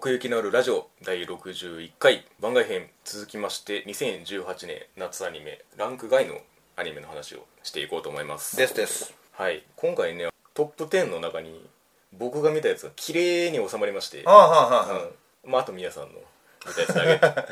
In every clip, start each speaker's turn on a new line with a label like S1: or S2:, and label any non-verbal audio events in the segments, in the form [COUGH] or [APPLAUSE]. S1: 奥行きのあるラジオ第61回番外編続きまして2018年夏アニメランク外のアニメの話をしていこうと思います
S2: ですです
S1: はい今回ねトップ10の中に僕が見たやつが綺麗に収まりまして
S2: ああはあはあ、
S1: うんまあ、あと皆さんの見たやつだ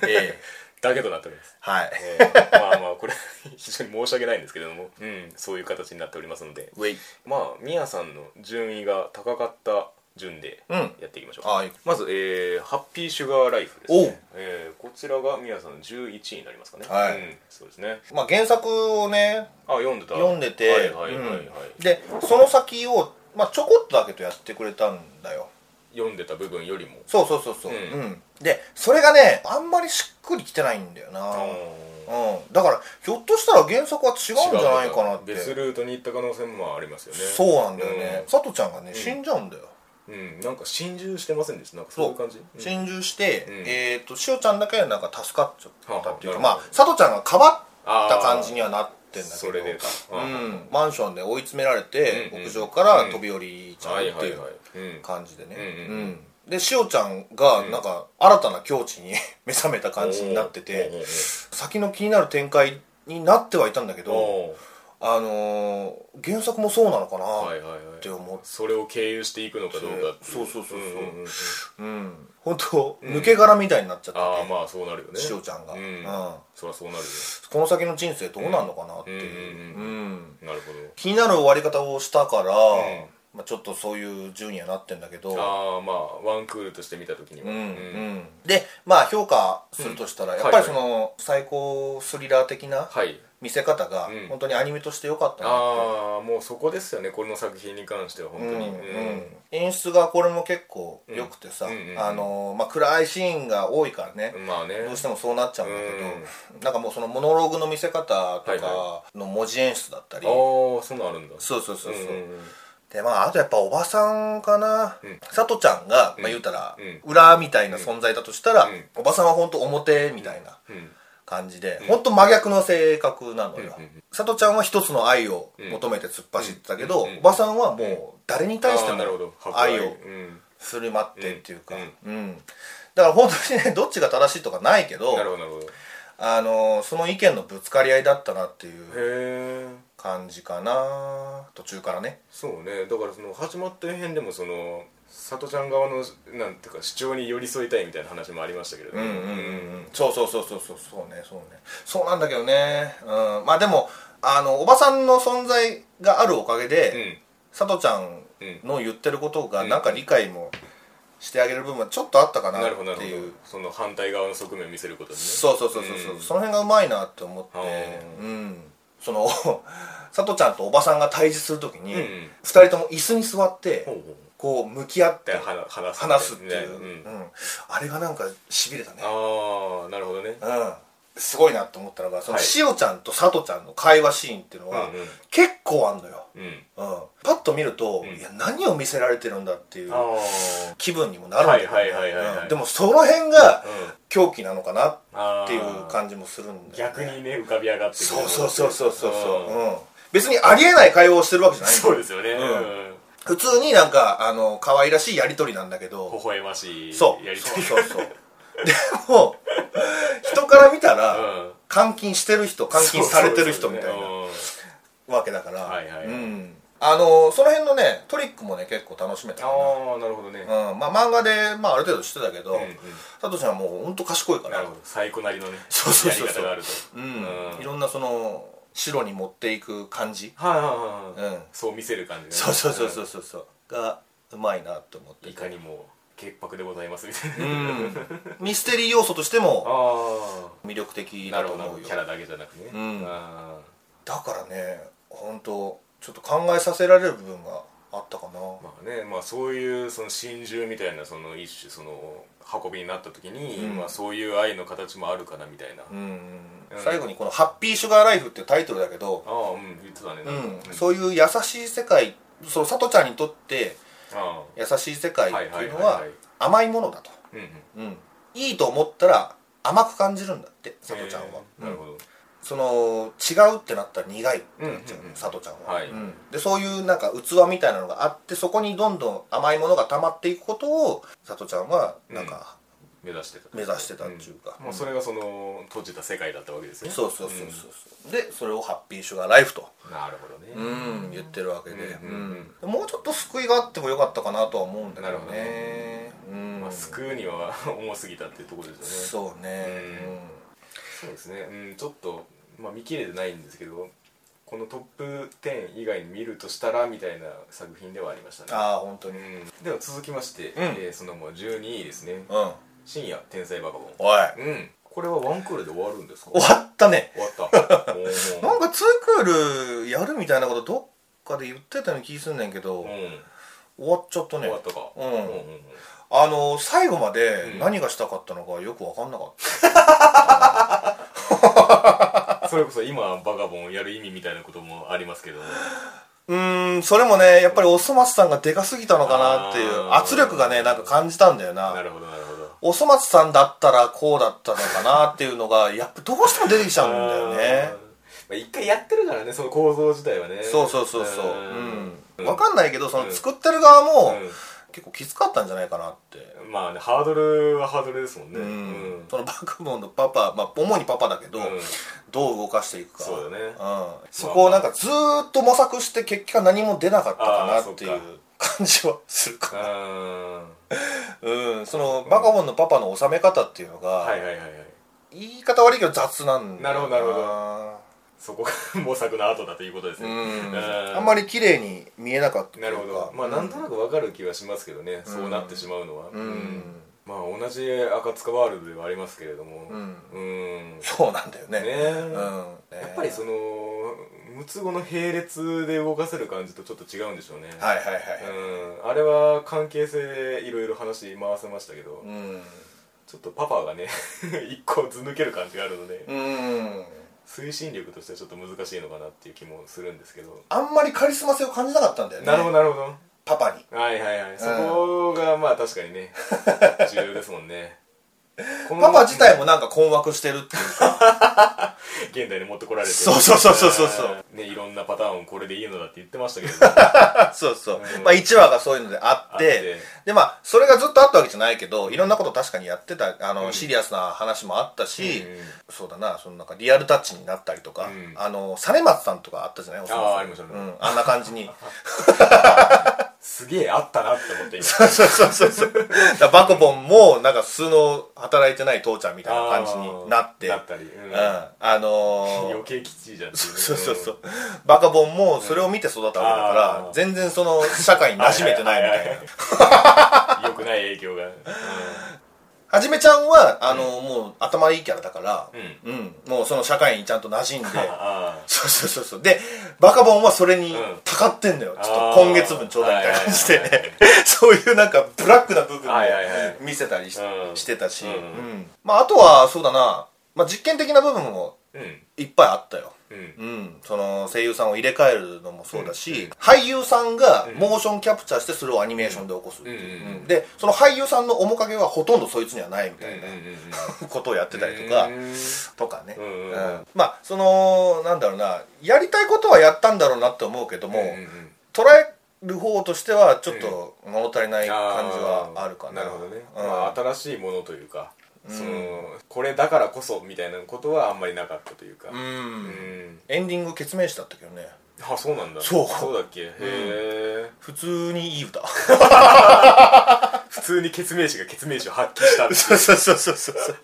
S2: [LAUGHS]
S1: け
S2: ええ
S1: だけとなっております
S2: はい
S1: えーまあまあこれ [LAUGHS] 非常に申し訳ないんですけれども、うん、そういう形になっておりますので
S2: ウェイ
S1: まあみやさんの順位が高かった順で
S2: うん
S1: やっていきましょう、
S2: はい
S1: まず、えーハッピーシュガーライフです、
S2: おう
S1: ねえーこちらがみやさんの11位になりますかね
S2: は
S1: う
S2: い
S1: ん、そうですね
S2: まあ原作をね
S1: あ読んでた
S2: 読んでて、
S1: はいはいはいはい、
S2: うんでその先を、まあ、ちょこっとだけとやってくれたんだよ
S1: 読んでた部分よりも
S2: そうそうそうそう、
S1: うん
S2: うんでそれがねあんまりしっくりきてないんだよな
S1: あ
S2: うん、だからひょっとしたら原作は違
S1: ー
S2: うんじゃないかなって
S1: 違う別ルートに行った可能性もありますよね
S2: そうなんだよね
S1: うん
S2: 佐都、ちゃんがね死んじゃうんだよ、
S1: うん、なんか心中してませんでしたなんかそういう感じうん
S2: 心中して、
S1: うん
S2: えっとしおちゃんだけなんか助かっちゃったっていう
S1: はあ
S2: か、ま
S1: はあ
S2: あ佐都ちゃんがかば
S1: あ
S2: った
S1: ー
S2: 感じにはなってんだけど
S1: それでか
S2: う
S1: うん
S2: ん、マンションで追い詰められて、
S1: うんうん
S2: 屋上から飛び降りちゃうっ
S1: はいは
S2: て
S1: い
S2: い
S1: は
S2: う
S1: い、うん、
S2: 感じでね、
S1: うんうんうん
S2: でしおちゃんがなんか新たな境地に [LAUGHS] 目覚めた感じになってて、
S1: おー
S2: 先の気になる展開になってはいたんだけ
S1: おー
S2: ど、
S1: おー
S2: あのー原作もそうなのかな、
S1: はいはいはい
S2: て思って
S1: それを経由していくのかどうかってい
S2: そうそうそうそ
S1: う
S2: う
S1: んんんん
S2: うん本当、抜け殻みたいになっちゃって
S1: ああ
S2: て、
S1: まあそうなるよね
S2: しおちゃんが、
S1: うん
S2: うん
S1: そりゃそうなるよ
S2: この先の人生どうなるのかなっていう、
S1: うん
S2: うん
S1: なるほど
S2: 気になる終わり方をしたから、
S1: ん
S2: まあ、ちょっとそういう順位にはなってんだけど
S1: ああまあワンクールとして見た時には
S2: うん
S1: う
S2: うんんでまあ評価するとしたら、
S1: うん
S2: やっぱり
S1: は
S2: そ
S1: いは
S2: の、最高スリラー的な
S1: はい
S2: 見せ方が
S1: うん
S2: 本当にアニメとして良かったな、
S1: ああもうそこですよねこれの作品に関しては本
S2: う
S1: 当
S2: ん
S1: に
S2: う
S1: うん
S2: ん演出がこれも結構良くてさ、
S1: うんうんうん
S2: あのまあ、暗いシーンが多いからね、
S1: まあね
S2: どうしてもそうなっちゃうんだけど、なんかもうそのモノローグの見せ方と
S1: はい
S2: か
S1: は
S2: の文字演出だったり、
S1: ああそうなるんだ
S2: そうそうそうそう、
S1: んんん
S2: でまああとやっぱおばさんかな、
S1: うん
S2: さとちゃんが、
S1: う
S2: まあ、
S1: ん
S2: 言うたら、
S1: う
S2: 裏みたいな存在だとしたら、
S1: うん
S2: おばさんは本当表みたいな
S1: うん
S2: 感じで、本当真逆の性格なのよ
S1: うんうんうん
S2: さと、ちゃんは一つの愛を求めて突っ走ってたけど、
S1: うんうん
S2: おばさんはもう誰に対して
S1: あーなるほ
S2: も
S1: ど博
S2: 愛を
S1: うん
S2: 振る舞ってっていうか、
S1: う
S2: うんだから本当にねどっちが正しいとかないけど
S1: なるほどなるほどへ
S2: あのその意見のぶつかり合いだったなっていう
S1: え
S2: 感じかな途中からね
S1: そうねだからその始まった辺でもその里ちゃん側のなんていうか主張に寄り添いたいみたいな話もありましたけれども
S2: うんうんうんうんそうそうそうそうそうそうねそうねそうなんだけどね、うん、まあでもあのおばさんの存在があるおかげ
S1: う
S2: で、
S1: ん
S2: さとちゃんの言ってることがなんか理解もしてあげる部分はちょっとあったかな
S1: なるほどな
S2: っ
S1: る
S2: て
S1: ほ
S2: いう
S1: どその反対側の側面を見せることにね
S2: そうそうそうそうそう、
S1: うん
S2: その辺がうまいなって思って
S1: あー
S2: うんその [LAUGHS] さとちゃんとおばさんが対峙するときに、
S1: うん
S2: 二
S1: うん
S2: 人とも椅子に座って、
S1: ほうほう
S2: こう向き合って
S1: で話話
S2: 話すっていう、
S1: ね
S2: うん
S1: ん
S2: あれがなんかしびれたね
S1: ああなるほどね
S2: うんすごいなと思ったのがその
S1: はい
S2: しおちゃんとさとちゃんの会話シーンっていうの
S1: う
S2: は
S1: んうん
S2: 結構あんのよ、
S1: うん
S2: うんパッと見ると、
S1: うん
S2: いや何を見せられてるんだっていう
S1: ああ
S2: 気分にもなるんだけどね
S1: はいはいはいはいはい
S2: うんでもその辺が
S1: うん
S2: 狂気なのかな
S1: あー
S2: っていう感じもするんだよ、ね、
S1: 逆にね浮かび上がってくる
S2: そうそうそうそうそうそう、
S1: ん
S2: うん、別にありえない会話をしてるわけじゃない
S1: そうですよねうん
S2: ん普通になんかあの可愛らしいやり取りなんだけど
S1: 微笑ましい
S2: そう
S1: やり
S2: そ
S1: と
S2: う
S1: り
S2: そうそうでも人から見たら、
S1: うん
S2: 監禁してる人監禁されてる人みたい
S1: そう
S2: な
S1: そうそう
S2: わけだから、
S1: はいはいはい
S2: うん、あのその辺のねトリックもね結構楽しめたか
S1: う
S2: な
S1: んああなるほどね
S2: うんまあ、漫画で、まあ、ある程度してたけど、
S1: んうん
S2: 佐藤ちゃんはもう本当賢いか
S1: な
S2: ら
S1: るほど最高なりのね
S2: そうそうそうそ
S1: やり
S2: う
S1: 方があると
S2: うん
S1: うん
S2: いろんなその白に持っていく感じ、
S1: はいはいはいはい
S2: うん
S1: そう見せる感じね
S2: そうそうそうそうそうそうがうまいなと思っ
S1: うん
S2: て
S1: いかにも潔白でございますみたいな
S2: うん
S1: [LAUGHS]
S2: ミステリー要素としても
S1: あ
S2: 魅力的
S1: あな
S2: だ
S1: る
S2: と
S1: ほどなる
S2: 思
S1: ほ
S2: う
S1: ど
S2: よ
S1: キャラだけじゃなくね
S2: ん
S1: あ
S2: だからね本当ちょっと考えさせられる部分があったかな、
S1: ーまあねまあそういうその心中みたいなその一種その運びになった時に
S2: うん
S1: まあそういう愛の形もあるかなみたいなあ
S2: うん
S1: うん
S2: 最後にこの「ハッピーシュガーライフ」っていうタイトルだけど、
S1: あうん言ってたねな
S2: う
S1: んんか
S2: そういう優しい世界そのさとちゃんにとって
S1: あ
S2: 優しい世界っていうの
S1: はいはい
S2: は
S1: はいはい
S2: 甘いものだと、
S1: あうんうん
S2: うんいいと思ったら甘く感じるんだってさとちゃんは、
S1: えーなるほど
S2: うその違うってなったら苦いってなっちゃう
S1: うんうんう
S2: ね
S1: ん
S2: 佐藤ちゃんは、
S1: はい
S2: うんでそういうなんか器みたいなのがあってそこにどんどん甘いものが溜まっていくことを佐藤ちゃんはなんか、
S1: 目指してた
S2: 目指してたっていうか
S1: んもうそれがその閉じた世界だったわけですね
S2: そうそうそうそうそうでそれをハッピーシュガーライフと、
S1: なるほどね、
S2: うん、言ってるわけで、
S1: うんうん
S2: うんもうちょっと救いがあってもよかったかなとは思うんだけど
S1: なるほど
S2: ねうん
S1: まあ、救うには [LAUGHS] 重すぎたっていうところですよね
S2: そうね、
S1: うんそうですね、うん、ちょっと、まあ、見切れてないんですけどこのトップ10以外に見るとしたらみたいな作品ではありましたね
S2: ああ本当
S1: う
S2: にうん
S1: ん、では続きまして、
S2: ん
S1: えーそのもう12位ですね「深夜天才バカボン」
S2: おい
S1: うんこれはワンクールで終わるんですか
S2: 終わったね
S1: 終わったもう
S2: な
S1: も
S2: んかツークールやるみたいなことどっかで言ってたような気すんねんけど、
S1: う、うん、
S2: 終わっちゃったね
S1: 終わったか
S2: うん
S1: うんうんうん
S2: あの最後まで
S1: うん
S2: 何がしたかったのかよく分かんなかっ
S1: それこそ今バカボンやる意味みたいなこともありますけども
S2: た、うーんそれもねやっぱりおそ松さんがでかすぎたのかなってい
S1: あ
S2: う
S1: ー
S2: 圧力がねなんか感じたんだよ
S1: な
S2: な
S1: るほどなるほど
S2: おそ松さんだったらこうだったのかなっていうのがやっぱどうしても出てきちゃうんだよね
S1: あーまあ、一回やってるからねその構造自体はね
S2: そうそうそうそうう
S1: うんん
S2: 分かんないけどそうの
S1: ん
S2: 作ってる側も
S1: うん
S2: 結構きつかったんじゃないかなって
S1: まあねハードルはハードルですもんね
S2: うん
S1: うん
S2: そのバックボーンのパパ、まあ、主にパパだけど、
S1: うん
S2: どう動かしていくか
S1: そうだね
S2: ん、そこをなんかずーっと模索して結果何も出なかった
S1: あ
S2: か
S1: ー
S2: なってい
S1: そうっか
S2: 感じはするかな
S1: あ
S2: うんそのバカボンのパパの収め方っていうのが、
S1: ーはいはいはいはい
S2: 言い方悪いけど雑なんだよ
S1: なるほどそこが [LAUGHS] 模索の後だということです
S2: う
S1: ね
S2: ん
S1: うん
S2: あんまり綺麗に見えなかったという
S1: な
S2: か
S1: るほどまあなんとなくわかる気はしますけどね、そうなってしまうのは、
S2: うん、
S1: まあ同じ赤塚ワールドではありますけれども
S2: うん
S1: うんね
S2: そうなんだよね
S1: え
S2: うん、
S1: やっぱりそ
S2: の
S1: の六つ子の並列で動かせる感じとちょっと違うんでしょうね
S2: はいはいはい、
S1: うん、あれは関係性でいろいろ話回せましたけど、
S2: うん
S1: ちょっとパパがね [LAUGHS] 一個ず抜ける感じがあるので、
S2: うん
S1: 推進力としてはちょっと難しいのかなっていう気もするんですけど、
S2: あんまりカリスマ性を感じなかったんだよね
S1: なるほどなるほど
S2: パパに
S1: はいはいはい、そこがまあ確かに
S2: [LAUGHS]
S1: ね重要ですもんねこの
S2: パパ自体もなんか困惑してるっ
S1: [LAUGHS]
S2: ていうか
S1: 現代に持ってこられて
S2: そうそうそうそうそうそう
S1: あーねいろんなパターンをこれでいいのだって言ってましたけれ
S2: [LAUGHS]
S1: ども
S2: そうそう、
S1: うん
S2: まあ1話がそういうのであ
S1: あ
S2: って
S1: って
S2: でまあそれがずっとあったわけじゃないけどいろんなこと確かにやってたあの、
S1: うん
S2: シリアスな話もあったし、
S1: うん
S2: そうだなそのなんかリアルタッチになったりとか、
S1: うん
S2: あの実松さんとかあったじゃないおそ松さん
S1: あーありましたね
S2: うん、あんな感じに
S1: すげえあったなって思って今
S2: そうそうそうそうだからバコボンもなんか素の働いてない父ちゃんみたいな感じになって
S1: なったり、うん
S2: うん、あのー、
S1: 余計きついじゃんっていね
S2: そうそうそう。バカボンもそれを見て育ったわけだ
S1: うん
S2: か
S1: あ
S2: ら
S1: ー、
S2: 全然その社会に馴染めてないみたいな。
S1: なよくない影響が、うん
S2: はじめちゃんは、あの、もう頭いいキャラだから、
S1: う
S2: うん。もうその社会にちゃんと馴染ん [LAUGHS] で、
S1: あ
S2: そうそうそうそう。で、バカボンはそれに
S1: うん
S2: たかってんだよ。
S1: あ
S2: ちょっと今月分ちょうだいみたいな感じで
S1: はいはいはい
S2: ね。 [LAUGHS] そういうなんかブラックな部分を
S1: はいはいはい
S2: 見せたりし
S1: うん
S2: してたし、
S1: うん
S2: うん。まああとは、そうだな、まあ実験的な部分も
S1: あうん
S2: いっぱいあったよ。
S1: うん
S2: うん、その声優さんを入れ替えるのもそうだ
S1: う
S2: し、
S1: ん
S2: 俳優さんが
S1: ん
S2: モーションキャプチャーしてそれをアニメーションで起こすっていう、
S1: うんうんうん
S2: でその俳優さんの面影はほとんどそいつにはないみ
S1: う
S2: たいなん
S1: うんうん
S2: [LAUGHS] ことをやってたりとか、
S1: うん
S2: とかね、
S1: うんうんうん
S2: まあそのなんだろうなやりたいことはやったんだろうなって思うけども、
S1: うんうん
S2: 捉える方としてはちょっと物足りない感じはあるかな、
S1: ーるほどね、
S2: うん
S1: まあ、新しいものというかそのこれだからこそみたいなことはあんまりなかったというか
S2: う
S1: うんん
S2: エンディング決明したんだけどね
S1: あそうなんだ
S2: そう
S1: だっけへえ
S2: 普通にいい歌
S1: [LAUGHS] 普通に決明詞が決明詞を発揮
S2: [LAUGHS]
S1: したっていう
S2: そうそうそうそうそう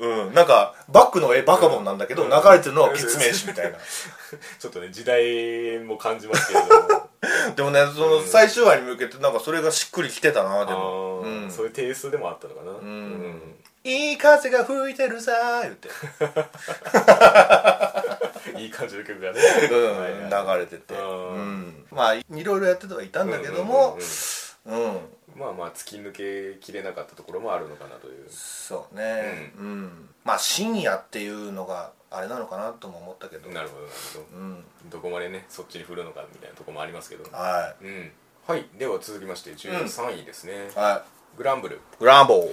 S2: うん、なんかバックの絵バカボンなんだけど、
S1: うん
S2: 流れてるのは結明詞み
S1: [LAUGHS]
S2: たいな、
S1: ちょっとね時代も感じますけれども
S2: [LAUGHS] でもねその
S1: うん
S2: 最終話に向けてなんかそれがしっくりきてたな
S1: あ
S2: でも、
S1: ー
S2: うん
S1: そういう定数でもあったのかなうん
S2: いい風が吹いてるさー言って、
S1: いい感じの曲がね、はいはい
S2: 流れてて、
S1: あー
S2: うん、まあいろいろやってはいたんだけどもうん
S1: まあまあ突き抜けきれなかったところもあるのかなという
S2: そうねうん、まあ深夜っていうのがあれなのかなとも思ったけど
S1: なるほどなるほど、
S2: うん
S1: どこまでねそっちに振るのかみたいなところもありますけど
S2: は
S1: うんはいでは続きまして13位ですね、
S2: いは
S1: グランブル
S2: いグランボー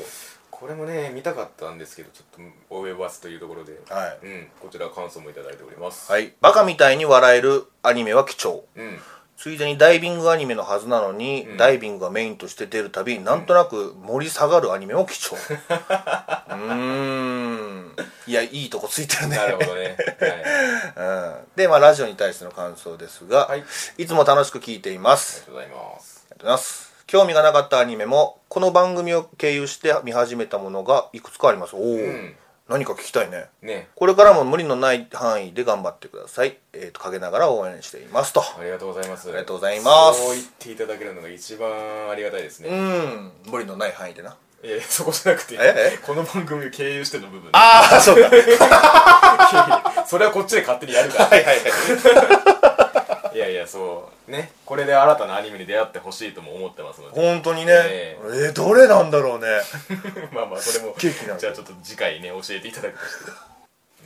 S1: ここれもね見たかったんですけどちょっと及ばずというところで、
S2: はい
S1: うん、こちら感想もいただいております、
S2: はい、バカみたいに笑えるアニメは貴重
S1: うん、
S2: ついでにダイビングアニメのはずなのに、
S1: ん
S2: ダイビングがメインとして出るたびなんとなく盛り下がるアニメも貴重うーんいやいいとこついてるね
S1: なるほどね、はい、あり
S2: うん、で、まあ、ラジオに対しての感想ですが、
S1: はい
S2: い、つも楽しく聞いています
S1: がとうございます
S2: ありがとうございます興味がなかったアニメもこの番組を経由して見始めたものがいくつかありますおお、
S1: ん
S2: 何か聞きたいね
S1: ね
S2: これからも無理のない範囲で頑張ってください。えっ、と、陰ながら応援していますと。
S1: ありがとうございますあ
S2: りがとうございます
S1: そう言っていただけるのが一番ありがたいです
S2: う
S1: ね、
S2: ん、無理のない範囲でな。
S1: いやいやそこじゃなくて
S2: ええ
S1: この番組を経由しての部分
S2: ああ、そうか。はい
S1: [LAUGHS] それはこっちで勝手にやるから
S2: はいはい。
S1: [LAUGHS] いやいやそうねこれで新たなアニメに出会ってほしいとも思ってますので
S2: [LAUGHS] 本当にね。
S1: え
S2: えーどれなんだろうね。
S1: [LAUGHS] まあまあそれも
S2: すっげえ気になる
S1: じゃあちょっと次回ね教えていただくとして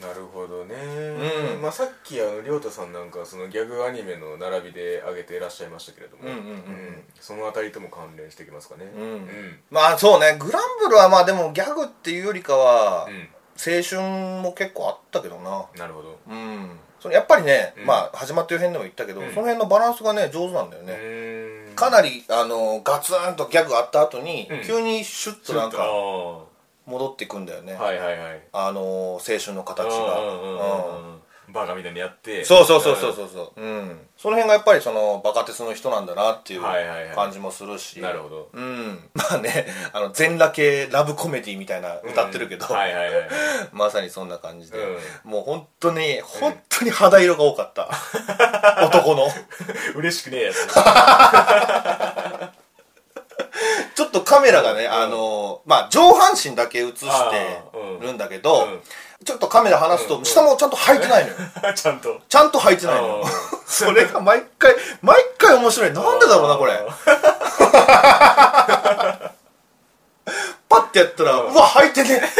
S1: なるほどね、
S2: うん
S1: まあ、さっきあの亮太さんなんかそのギャグアニメの並びで挙げていらっしゃいましたけれども、
S2: うんうんうんうん
S1: そのあたりとも関連してきますかね
S2: うんまあそうね、グランブルはまあでもギャグっていうよりかは、
S1: うん
S2: 青春も結構あったけどな。
S1: なるほど
S2: うん。そのやっぱりね、
S1: うん
S2: まあ始まってる辺でも言ったけど、
S1: うん
S2: その辺のバランスがね、上手なんだよね。
S1: うーん
S2: かなり、あの、ガツンとギャグあった後に、
S1: うん
S2: 急にシュッ
S1: ち
S2: と
S1: ょ
S2: な
S1: っ
S2: ん
S1: と
S2: か
S1: あ
S2: 戻っていくんだよね。
S1: ーはいはいはい
S2: あのー青春の形
S1: うんうんうん
S2: が。
S1: うんバカみたいにやって
S2: そうそうそうそうそうそう。うん。その辺がやっぱりそのバカ鉄の人なんだなっていう
S1: はいはいはい
S2: 感じもするし。
S1: なるほど
S2: うん。まあね、あの全裸系ラブコメディみたいな歌ってるけど、
S1: うんはいはいはい
S2: まさにそんな感じで。
S1: う
S2: もう本当に、本当に肌色が多かった。
S1: [LAUGHS]
S2: 男の。
S1: 嬉しくねえやつ
S2: ちょっとカメラがね、あのーまあ上半身だけ映してるんだけど、
S1: うんうん
S2: ちょっとカメラ離す
S1: うん
S2: と、下もちゃんと履いてないのよ。
S1: ちゃんと
S2: [LAUGHS] ちゃんと履いてないのよ
S1: あー。
S2: それが毎回、毎回面白い。なんでだろうな、これ。パッてやったら、
S1: うん
S2: うわ、履いてね。 [LAUGHS]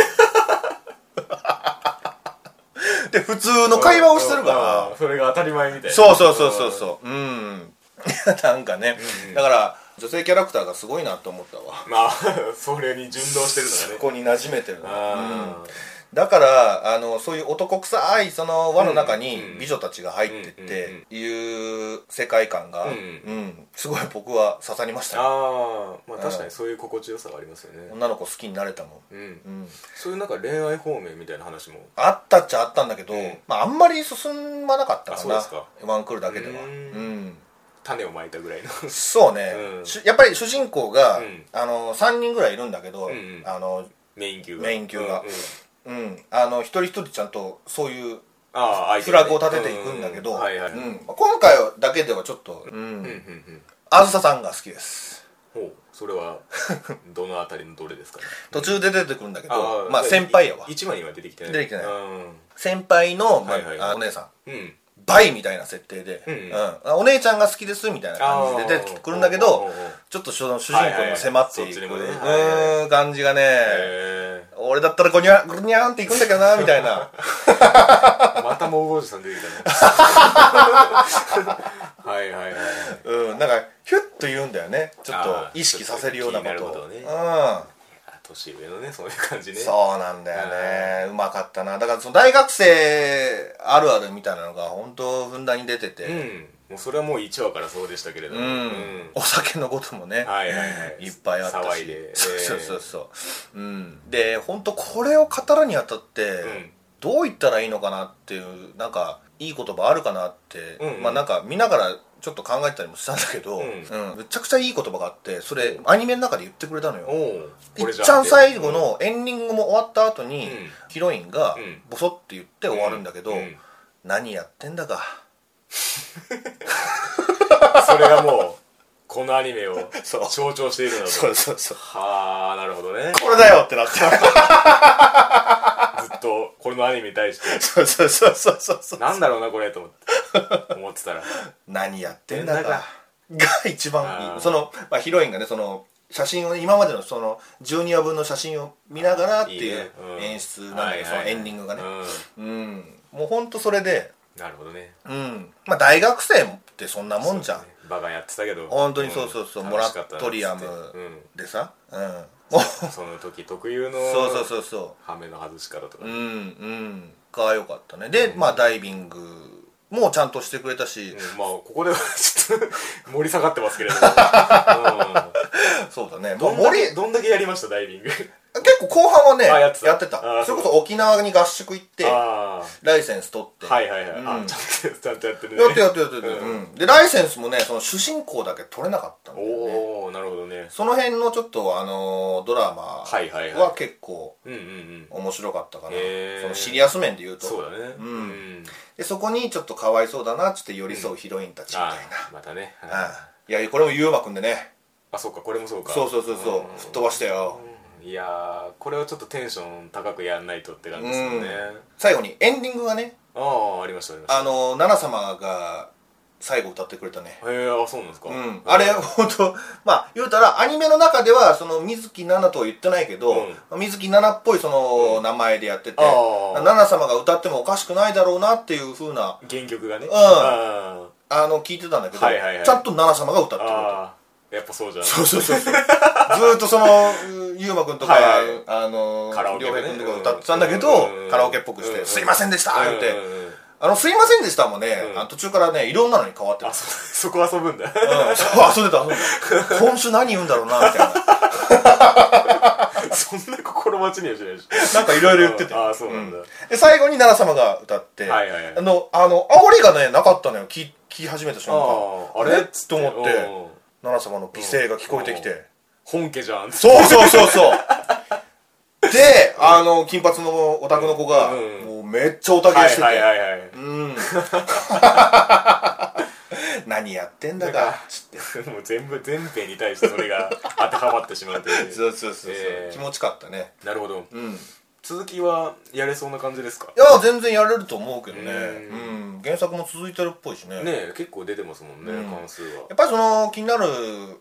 S2: で、普通の会話をしてる
S1: う
S2: か
S1: んそれが当たり前みたいな
S2: ら。そうそうそうそうそう。うん。 [LAUGHS] なんかね
S1: うん、
S2: だから、女性キャラクターがすごいなと思ったわ。
S1: うんまあ [LAUGHS] それに順応してる
S2: そ
S1: のがね
S2: こに馴染めてるな。うん
S1: あー
S2: だからあのそういう男臭いその輪の中に
S1: うん
S2: 美女たちが入ってっていう世界観が、
S1: う
S2: うんんすごい僕は刺さりましたよ
S1: あーまあ確かにそういう心地よさがありますよね
S2: 女の子好きになれたもん、
S1: うん
S2: うん、
S1: そういうなんか恋愛方面みたいな話も
S2: あったっちゃあったんだけど、
S1: うん
S2: まあ、あんまり進まなかった
S1: あ
S2: か
S1: そうで
S2: な
S1: すか
S2: ワンクールだけでは
S1: う
S2: うんん、
S1: 種をまいたぐらいの [LAUGHS]
S2: そうね、
S1: うん
S2: しやっぱり主人公が、
S1: うん
S2: あの3人ぐらいいるんだけど、
S1: うんうん
S2: あの
S1: メイン級が
S2: メイン級が
S1: うんうん
S2: うんあの一人一人ちゃんとそういう
S1: ああ
S2: フラグを立てていくんだけど、
S1: うはいはい
S2: うん今回だけではちょっと、うん
S1: うんうんうん
S2: あずささんが好きです
S1: ほうそれはどのあたりのどれですかね
S2: 途中で出てくるんだけど
S1: ー
S2: まあ
S1: じゃ
S2: 先輩やわ
S1: い一枚には出てきてない
S2: 出てきてない
S1: うん
S2: 先輩の、まあ
S1: はいはいはい
S2: あお姉さん
S1: うん
S2: バイみたいな設定で、
S1: うん
S2: お姉ちゃんが好きですみたいな感じで出てくるんだけど
S1: あー
S2: ちょっとその主人公にも迫っていく、
S1: はいはいはいそっちにもね
S2: う
S1: はい
S2: ーん感じがね、
S1: え
S2: 俺だったらゴニャンゴニャンっていくんだけどなみた
S1: [LAUGHS]
S2: いな
S1: ーまたモーゴージさん出てき
S2: [LAUGHS]
S1: たねはいはいはいはい
S2: うんなんかヒュッと言うんだよねちょっ
S1: あ
S2: と
S1: ー
S2: 意識させるようなことを
S1: ちょっと気になる
S2: うん
S1: あ年上のねそういう感じね
S2: そうなんだよねうまかったなだからその大学生あるあるみたいなのが本当ふんだんに出て
S1: う
S2: て、
S1: んもうそれはもう1話からそうでしたけれど
S2: う
S1: も
S2: ん
S1: うん
S2: お酒のこともね、
S1: はいはいはい
S2: っぱいあったし
S1: 騒いで
S2: そう
S1: えー
S2: そうそうそう、うん、で本当これを語るにあたって、
S1: ん
S2: どう言ったらいいのかなっていうなんかいい言葉あるかなって、
S1: うんうん
S2: まあなんか見ながらちょっと考えてたりもしたんだけど、
S1: う
S2: うんんむちゃくちゃいい言葉があってそれアニメの中で言ってくれたのよ
S1: おう
S2: いっ
S1: これじゃ
S2: ちゃん最後のエンディングも終わった後に、
S1: うん
S2: ヒロインが
S1: うん
S2: ボソッて言って終わるんだけど、
S1: ううん
S2: 何やってんだか
S1: それがもうこのアニメを
S2: そう
S1: 象徴しているのだと
S2: うそうそう
S1: はあなるほどね
S2: これだよってなって
S1: ずっとこのアニメに対して
S2: [LAUGHS] そうそうそうそうそうそう
S1: なんだろうなこれと思って思ってたら
S2: 何やってんだ
S1: や
S2: かが一番
S1: あ
S2: い
S1: ー
S2: いその、まあ、ヒロインがねその写真を今までのその12話分の写真を見ながらって
S1: いい
S2: い
S1: ね
S2: う
S1: うん
S2: 演出なんだ
S1: は
S2: けど、
S1: いはいはい
S2: そのエンディングがね
S1: う
S2: うん、もうほんとそれで
S1: んなるほどね
S2: うんまあ大学生ってそんなもんじゃん、
S1: そうバカやってたけど
S2: 本当にそうそうそう、
S1: ん
S2: モラ
S1: 楽しかったな
S2: トリアム
S1: っつってうん
S2: でさ、うん [LAUGHS] おそう
S1: その時特有の
S2: そうそうそ
S1: ハメの外し方とか
S2: ううんうんが良かったねで、まあダイビングもちゃんとしてくれたし、
S1: うんまあここではちょっと盛り下がってますけれども、
S2: [LAUGHS]
S1: う
S2: そうだね
S1: ん、
S2: も
S1: ど
S2: うん
S1: だ
S2: 森
S1: けどんだけやりましたダイビング
S2: 結構後半はね
S1: あ
S2: や
S1: や
S2: っ
S1: ってて
S2: た
S1: たあー
S2: それこそ沖縄に合宿行って
S1: あ
S2: ライセンス取って
S1: あはいはいはい、
S2: うん
S1: あちゃんとちゃんとやってるね
S2: やってやってやってやって、
S1: う
S2: うん
S1: ん
S2: でライセンスもねその主人公だけ取れなかったんだよね
S1: おおなるほどね
S2: その辺のちょっとあのドラマ
S1: はいはいはい
S2: は結構
S1: うんうんうん
S2: 面白かったかな、
S1: へー
S2: そのシリアス面で言うと
S1: そうだね
S2: うん
S1: ん
S2: でそこにちょっとかわいそうだなっつって寄り添うヒロインたちみたい
S1: ああまたね
S2: な、うんいやこれも優馬くんでね
S1: あそうかこれもそうか
S2: そうそうそうそう、
S1: ん
S2: 吹っ飛ばしたよ、
S1: いやーこれはちょっとテンション高くやんないとって感じですよね、
S2: 最後にエンディングがね
S1: ああありましたありました
S2: あの奈々様が最後歌ってくれたね
S1: へえあそうなんですか、
S2: うん、あれ [LAUGHS] 本当まあ言うたらアニメの中ではその水木奈々とは言ってないけど、水木奈々っぽいその名前でやって
S1: あ
S2: て、
S1: ー
S2: 奈々様が歌ってもおかしくないだろうなっていう風な
S1: 原曲がね
S2: ん
S1: あ
S2: あの聞いてたんだけど、
S1: はいはいはい
S2: ちゃんと奈々様が歌
S1: ー
S2: ってくれた
S1: あーやっぱそうじゃん
S2: そうそうそ
S1: [LAUGHS]
S2: うそうずーっとそのゆうまくんとか、
S1: はいはい
S2: あの
S1: カラオケ
S2: りょ
S1: で
S2: う
S1: ね
S2: へいくんとか歌ってたんだけど、
S1: うん
S2: カラオケっぽくして「
S1: うん
S2: すいませんでした」言って、
S1: うんうんうん
S2: あの「すいませんでした」もね、
S1: うん
S2: あの途中からねいろんなのに変わってた
S1: あそ [LAUGHS] そこ遊ぶんだ [LAUGHS]
S2: うんそう遊んでた [LAUGHS] 遊んでた今週何言うんだろうなみたいな
S1: そんな心待ちにはしないでし
S2: [LAUGHS] なんかいろいろ言ってて
S1: ああそうなんだ、
S2: で最後に奈良様が歌って、
S1: はいはいはい
S2: あのあの煽りがねなかったのよ聞聞き始めた瞬間
S1: あああれ
S2: っつと思って
S1: うん
S2: 奈良様の美声が聞こえてき
S1: うん
S2: て
S1: 本家じゃん
S2: そうそうそうそう
S1: [LAUGHS]
S2: であの金髪のオタクの子が、
S1: うん
S2: もうめっちゃオタク
S1: は
S2: し
S1: い
S2: てて、
S1: はいはいはい [LAUGHS]
S2: うん何やってんだ
S1: なん
S2: か
S1: かもう全部全編に対してそれが当てはまってしまうという
S2: [LAUGHS] そうそうそうそう、
S1: えー
S2: 気持ちかったね
S1: なるほど
S2: うんい
S1: 続きはやれそうな感じですか
S2: や全然やれると思うけどね
S1: う
S2: うん原作も続いてるっぽいしね
S1: ねえ結構出てますもんね、
S2: うん
S1: 関数は
S2: やっぱりその気になる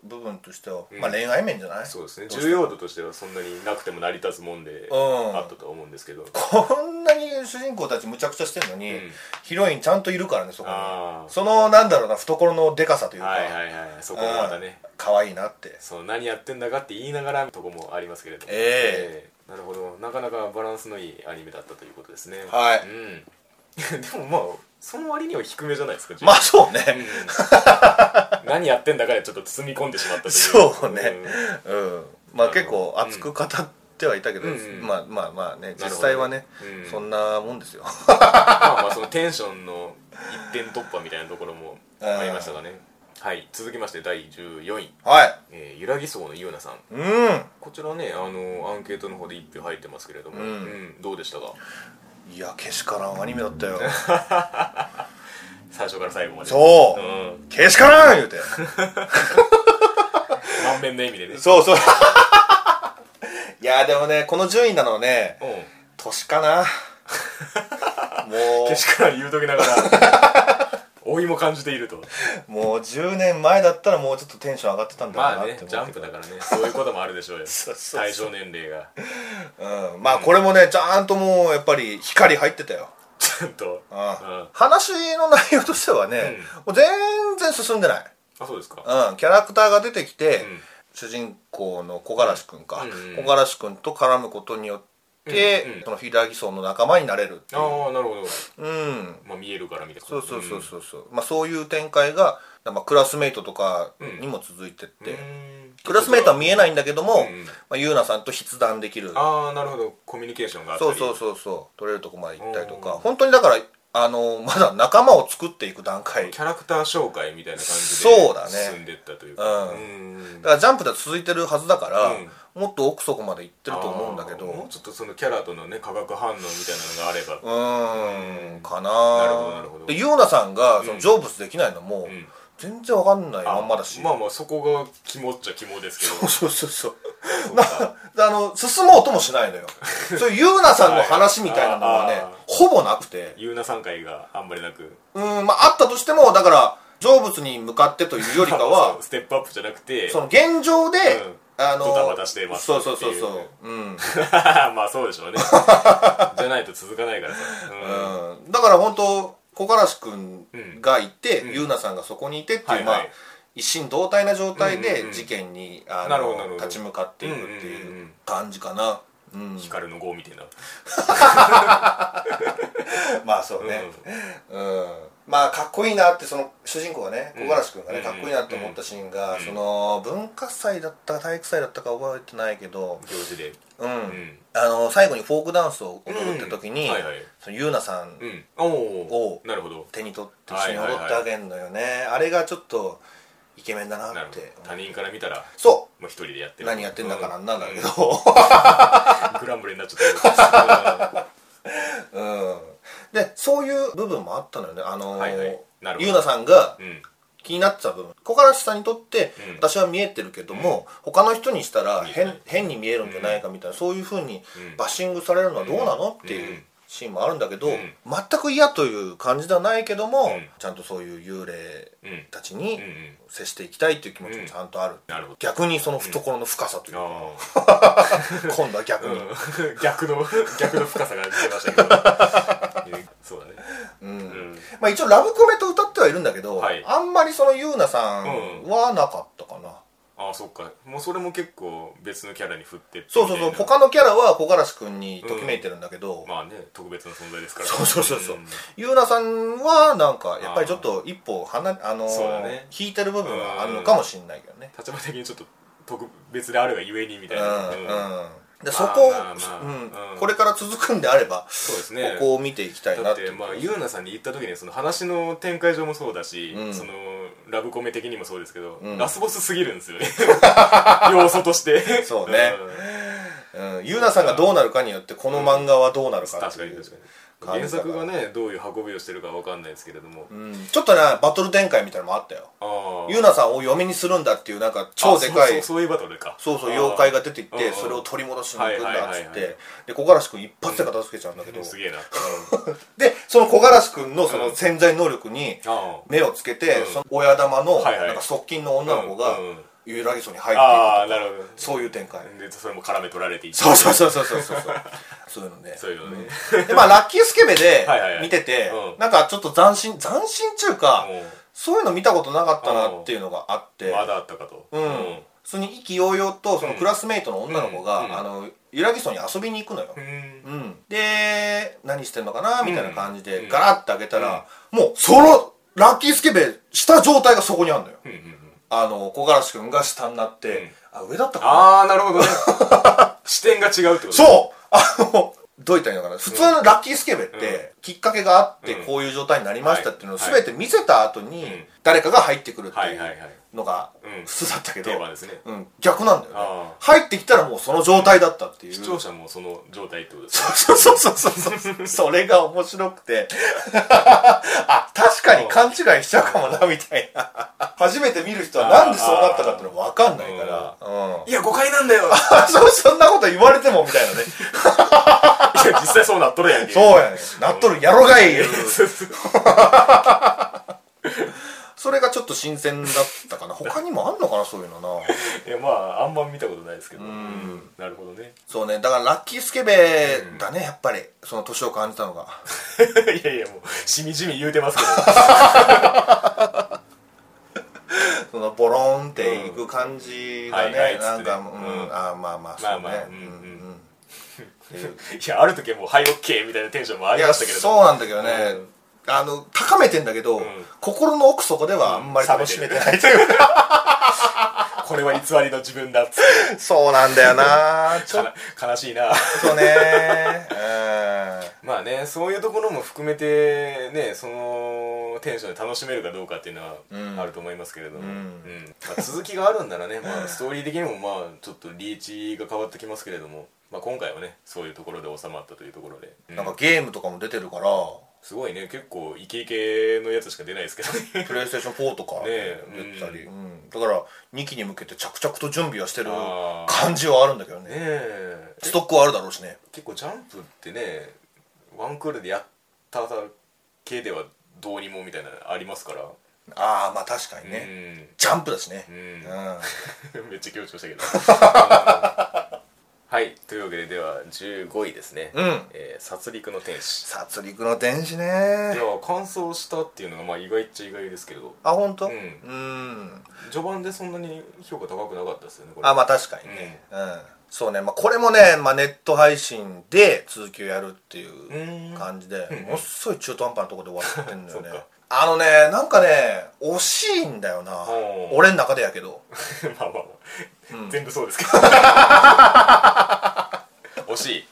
S2: 部分としては、
S1: うん
S2: まあ恋愛面じゃない
S1: そうですね
S2: どして
S1: 重要度としてはそんなになくても成り立つもんで
S2: うん
S1: あったとは思うんですけど、
S2: こんなに主人公たちむちゃくちゃしてるのに、
S1: うん
S2: ヒロインちゃんといるからねそこに
S1: あー
S2: そのなんだろうな懐のでかさというか、
S1: はいはいはいそこもまたね
S2: うん可愛いなって
S1: そう何やってんだかって言いながらとこもありますけれどもえ
S2: え
S1: えなるほどなかなかバランスのいいアニメだったということですね
S2: はい
S1: うん [LAUGHS] でもまあその割には低めじゃないですか
S2: まあそうね、 [LAUGHS]
S1: うん何やってんだかでちょっと包み込んでしまったという
S2: そうね
S1: ん
S2: うんまあ
S1: なる
S2: 結
S1: ほど
S2: 構熱く語ってはいたけど、
S1: うんうん
S2: まあまあまあね
S1: ほど
S2: 実
S1: ね
S2: 際はね、
S1: うん
S2: そんなもんですよ
S1: まあまあそのテンションの一点突破みたいなところもありましたかねはい続きまして第14位、
S2: はい
S1: えー、ゆらぎ荘のゆうなさん
S2: う
S1: こちらねあのアンケートの方で1票入ってますけれども、
S2: うん
S1: うんどうでしたか
S2: んいやけしからんアニメだったよ
S1: 最初から最後まで
S2: そううんけしからん言うて
S1: 満面の意味でね
S2: そうそう [LAUGHS] いやでもねこの順位なのはね
S1: うん
S2: 年かな
S1: [LAUGHS]
S2: も
S1: けしからん言うときながら
S2: [LAUGHS]
S1: 老いも感じていると
S2: うもう10年前だったらもうちょっとテンション上がってたんだろ
S1: ま
S2: う
S1: あ
S2: なっ
S1: ね
S2: て思うけ
S1: ジ
S2: ど
S1: ャンプだからねそういうこともあるでしょうよ
S2: そうそうそう
S1: 対象年齢が
S2: うん、まあこれもねちゃんともうやっぱり光入ってたよ、
S1: ちゃんと
S2: うん
S1: あ
S2: 話の内容としてはね、もう全然進んでない、
S1: あそうですか
S2: うん、キャラクターが出てきて、
S1: ん
S2: 主人公の木枯らしくんか、
S1: うんうん
S2: 木枯らしくんと絡むことによって、
S1: うんうん
S2: その平木荘の仲間になれるっていう
S1: ああなるほど
S2: うん、
S1: まあ見えるからみたいな
S2: そうそうそうそうそう、まあそういう展開が、まあ、クラスメイトとかにも続いてって、
S1: うん
S2: クラスメイトは見えないんだけども、
S1: うん
S2: まあ、ゆうなさんと筆談できる
S1: ああなるほどコミュニケーションがあったり
S2: そうそうそうそう取れるとこまで行ったりとか
S1: うん
S2: 本当にだからあのまだ仲間を作っていく段階
S1: キャラクター紹介みたいな感じで
S2: そうだね
S1: 進んでったというか
S2: うん
S1: ん
S2: だからジャンプでは続いてるはずだから、
S1: うん
S2: もっと奥底まで行ってると思うんだけど
S1: あーもうちょっとそのキャラとのね化学反応みたいなのがあれば
S2: うーんかな
S1: なるほどなるほど
S2: でゆうなさんがその
S1: うん
S2: 成仏できないのも、
S1: ん
S2: 全然わかんないまんまだし
S1: まあまあそこが肝っちゃ肝ですけど
S2: そうそうそうそうなあの進もうともしないのよそういうゆうなさんの話みたいなのはね、
S1: はいあー
S2: ほぼなくて
S1: ゆうな3回があんまりなく
S2: うんまああったとしてもだから成仏に向かってというよりか
S1: [LAUGHS]
S2: は
S1: ステップアップじゃなくて
S2: その現状で、
S1: うん
S2: あの
S1: ドタバタしてます
S2: そうそうそう
S1: っ
S2: そううん、
S1: [LAUGHS] まあそうでしょう
S2: [LAUGHS]
S1: ねじゃないと続かないからさうん
S2: うんだから本当木枯らしくんがいて、
S1: ん
S2: ゆうなさんがそこにいてっていう、
S1: はいはい
S2: まあ一心同体な状態
S1: うんうんう
S2: で
S1: ん
S2: 事件にあ
S1: なるほどなる
S2: の
S1: ほど
S2: 立ち向かっていくって
S1: うんうん
S2: いううん感じかな。
S1: [LAUGHS]
S2: うん、
S1: 光の号みたいな
S2: まあそうね、うんまあかっこいいなってその主人公がね
S1: うん
S2: 小嵐君がね、
S1: うん
S2: かっこいいなって思ったシーンが、
S1: うん
S2: その文化祭だったか体育祭だったか覚えてないけど、
S1: 行事で
S2: うん
S1: ん
S2: あの最後にフォークダンスを踊った時に、
S1: うんはいはい
S2: そのゆうなさん
S1: うんお
S2: お
S1: お
S2: う
S1: なるほど
S2: 手に取って一緒に踊ってあげるのよね、あれがちょっとイケメンだな
S1: なる
S2: っ
S1: ほど
S2: て
S1: 他人から見たら
S2: そ
S1: もう一人でやって
S2: う
S1: る
S2: 何やってんだから
S1: う
S2: なんだけど、
S1: うんグランブレになっちゃったけど
S2: [LAUGHS] うんでそういう部分もあったのよねあのー
S1: はいはいなるほど
S2: ゆうなさんが [LAUGHS]
S1: うん
S2: 気になってた部分小柄さんにとって
S1: うん
S2: 私は見えてるけども、他の人にしたら
S1: 見え
S2: 変,、
S1: ない
S2: 変に見えるんじゃないかみたいな、そういうふうに
S1: うん
S2: バッシングされるのはどうなの、
S1: うん
S2: っていううんシーンもあるんだけど、
S1: うん
S2: 全く嫌という感じではないけども、
S1: うん
S2: ちゃんとそういう幽霊
S1: うん
S2: たちに
S1: うんうん
S2: 接していきたいという気持ちもちゃんとある、
S1: なるほど
S2: 逆にその懐の深さというか、
S1: あ
S2: 今度は
S1: あ
S2: 逆に、
S1: うん [LAUGHS] 逆の逆の深さが出ましたけ
S2: [LAUGHS]
S1: どいやそうだね
S2: うん
S1: うん
S2: まあ、一応ラブコメと歌ってはいるんだけど、
S1: はい
S2: あんまりそのゆうなさん
S1: うん
S2: はなかったかな、
S1: ああそっかもうそれも結構別のキャラに振ってって
S2: そうそうそう
S1: みたいな
S2: 他のキャラは木枯らし君にときめいてるんだけど、
S1: まあね特別な存在ですから
S2: そうそうそうそうんゆうなさんはなんかやっぱりちょっと一歩離れあのー
S1: そうだね
S2: 引いてる部分はあるのかもしれないけどね
S1: 立場的にちょっと特別であるがゆえにみ
S2: う
S1: たいな、うん
S2: んうんでそこを
S1: まあまあまあ
S2: う
S1: うんん
S2: これから続くんであれば
S1: そうです
S2: こ
S1: ね
S2: こを見ていきたいな
S1: だ
S2: っ
S1: っててまあゆうなさんに言った時にその話の展開上もそうだし、
S2: うん
S1: そのラブコメ的にもそうですけど、
S2: うん
S1: ラスボスすぎるんですよ
S2: [LAUGHS]
S1: ね要素として
S2: そうね
S1: ん
S2: うんゆうなさんがどうなるかによってこの漫画はどうなるかっ
S1: 確
S2: て
S1: か
S2: い
S1: に
S2: う
S1: 確かに原作がねどういう運びをしてるかわかんないですけれども、
S2: うんちょっとねバトル展開みたいなのもあったよ
S1: ああ
S2: ゆうなさんを嫁にするんだっていうなんか超でか
S1: あそうそう
S2: い
S1: そういうバトルか
S2: そうそう妖怪が出てき
S1: あ
S2: て
S1: ー
S2: それを取り戻しに行くんだっつっ
S1: はいはいはいは
S2: てで木枯らし君一発で片付けちゃうんだけ
S1: で
S2: ど
S1: もすげえな、
S2: でその木枯らし君のその
S1: うん
S2: 潜在能力に
S1: あ
S2: 目をつけて、
S1: うん
S2: その親玉の
S1: はいはい
S2: なんか側近の女の子が
S1: うんうん
S2: ゆらぎ荘に入
S1: あああ
S2: っていく
S1: なるほど
S2: とそういう展開
S1: でそれも絡め取られていって
S2: そうそうそうそうそ
S1: [LAUGHS]
S2: うそうそういうのね
S1: そういうのね、
S2: でまあラッキースケベで
S1: はいはいはい
S2: 見てて
S1: うん
S2: なんかちょっと斬新斬新っていうか
S1: も
S2: そういうの見たことなかったなっていうのがあって
S1: うまだあったかと
S2: うん普通に意気揚々とそのクラスメイトの女の子
S1: うんうん
S2: があのゆらぎ荘に遊びに行くのよ
S1: うん
S2: うん、で何してんのかなみたいな感じ
S1: う
S2: で
S1: ん
S2: ガラッて開けたら、もうそのラッキースケベした状態がそこにあるのよ
S1: うんうんうん
S2: あの木枯らし君が下になって、あ上だったかな
S1: ああなるほ
S2: [LAUGHS]
S1: どね視点が違うってことう
S2: そうあのどう言ったらいいのかな普通のラッキースケベって、きっかけがあって
S1: うん
S2: こういう状態になりましたっていうのを
S1: はい
S2: 全て見せた後に
S1: ん
S2: 誰かが入ってくるって
S1: はいいうはいはい
S2: のが
S1: うん
S2: 普通だったけど、
S1: テーマですね
S2: うん、逆なんだよね
S1: ああ
S2: 入ってきたらもうその状態だったっていう
S1: 視聴者もその状態ってことです
S2: そうそうそうそうそう。それが面白くて。あ、確かに勘違いしちゃうかもな、みたいな。初めて見る人はなんでそうなったかっていうの分かんないから。うん。
S1: いや誤解なん
S2: [LAUGHS]
S1: だよい
S2: そう、そんなこと言われても、みたいなね。 [LAUGHS]
S1: や実際そうなっとるやんけ
S2: そうやね。なっとるやろがい。それがちょっと新鮮だったかな。他にもあんのかな、そういうのな。
S1: [LAUGHS] いやまああんま見たことないですけどうんなるほどね
S2: そうね。だからラッキースケベだね、やっぱり。その年を感じたのが。
S1: [LAUGHS] いやいやもうしみじみ言うてますけど
S2: そのボロンっていく感じが
S1: うんはいはい
S2: ね、なん
S1: つ
S2: か、
S1: ってね
S2: うん、
S1: うん
S2: あーまあまあ、
S1: ま
S2: そ
S1: あ
S2: う
S1: ま
S2: ね
S1: あ。うん
S2: うん
S1: うん
S2: うん
S1: [LAUGHS] いやある時はもう「はいオッケー」みたいなテンションもあ
S2: い
S1: り
S2: や
S1: ましたけれど
S2: そうなんだけどね、
S1: うん
S2: あの高めてんだけど、
S1: ん
S2: 心の奥底ではあんまり楽しめてな
S1: [LAUGHS]
S2: いというか、
S1: これは偽りの自分だっつって
S2: そうなんだよなちょっ
S1: かな悲しいな
S2: とね
S1: [LAUGHS] まあねそういうところも含めてねそのテンションで楽しめるかどうかっていうの
S2: うん
S1: はあると思いますけれども、
S2: うん
S1: まあ、続きがあるんならね、まあ、ストーリー的にもまあちょっとリーチが変わってきますけれども、まあ、今回はねそういうところで収まったというところで、う
S2: うん
S1: ん
S2: なんかゲームとかも出てるから
S1: すごいね結構イケイケのやつしか出ないですけどね
S2: プレイステーション4とか
S1: ねえ
S2: 出てたり、うんだから2期に向けて着々と準備はしてる
S1: あー
S2: 感じはあるんだけど
S1: ね
S2: ね
S1: え
S2: ストックはあるだろうしね
S1: 結構ジャンプってねワンクールでやっただけではどうにもみたいなのありますから
S2: ああまあ確かにね、ジャンプだしね、
S1: うん、うん
S2: う、ん
S1: [LAUGHS] めっちゃ強調し
S2: [LAUGHS]
S1: たけどはいというわけででは15位ですね、
S2: うん
S1: ええー殺戮の天使
S2: 殺戮の天使
S1: い
S2: ね
S1: や完走したっていうのがまあ意外っちゃ意外ですけど
S2: あ本当
S1: うん
S2: ん
S1: 序盤でそんなに評価高くなかったですよねこれ
S2: あまあ確かにね、うんそうね、まあ、これもね、まあ、ネット配信で続きをやるっていううん感じで、
S1: うんうん
S2: ものすごい中途半端なところで終わってんだよね
S1: そっか
S2: あのねなんかね惜しいんだよな
S1: おー
S2: 俺の中でやけど
S1: [LAUGHS] まあまあまあ、
S2: うん
S1: 全部そうです
S2: [LAUGHS]
S1: けど惜しい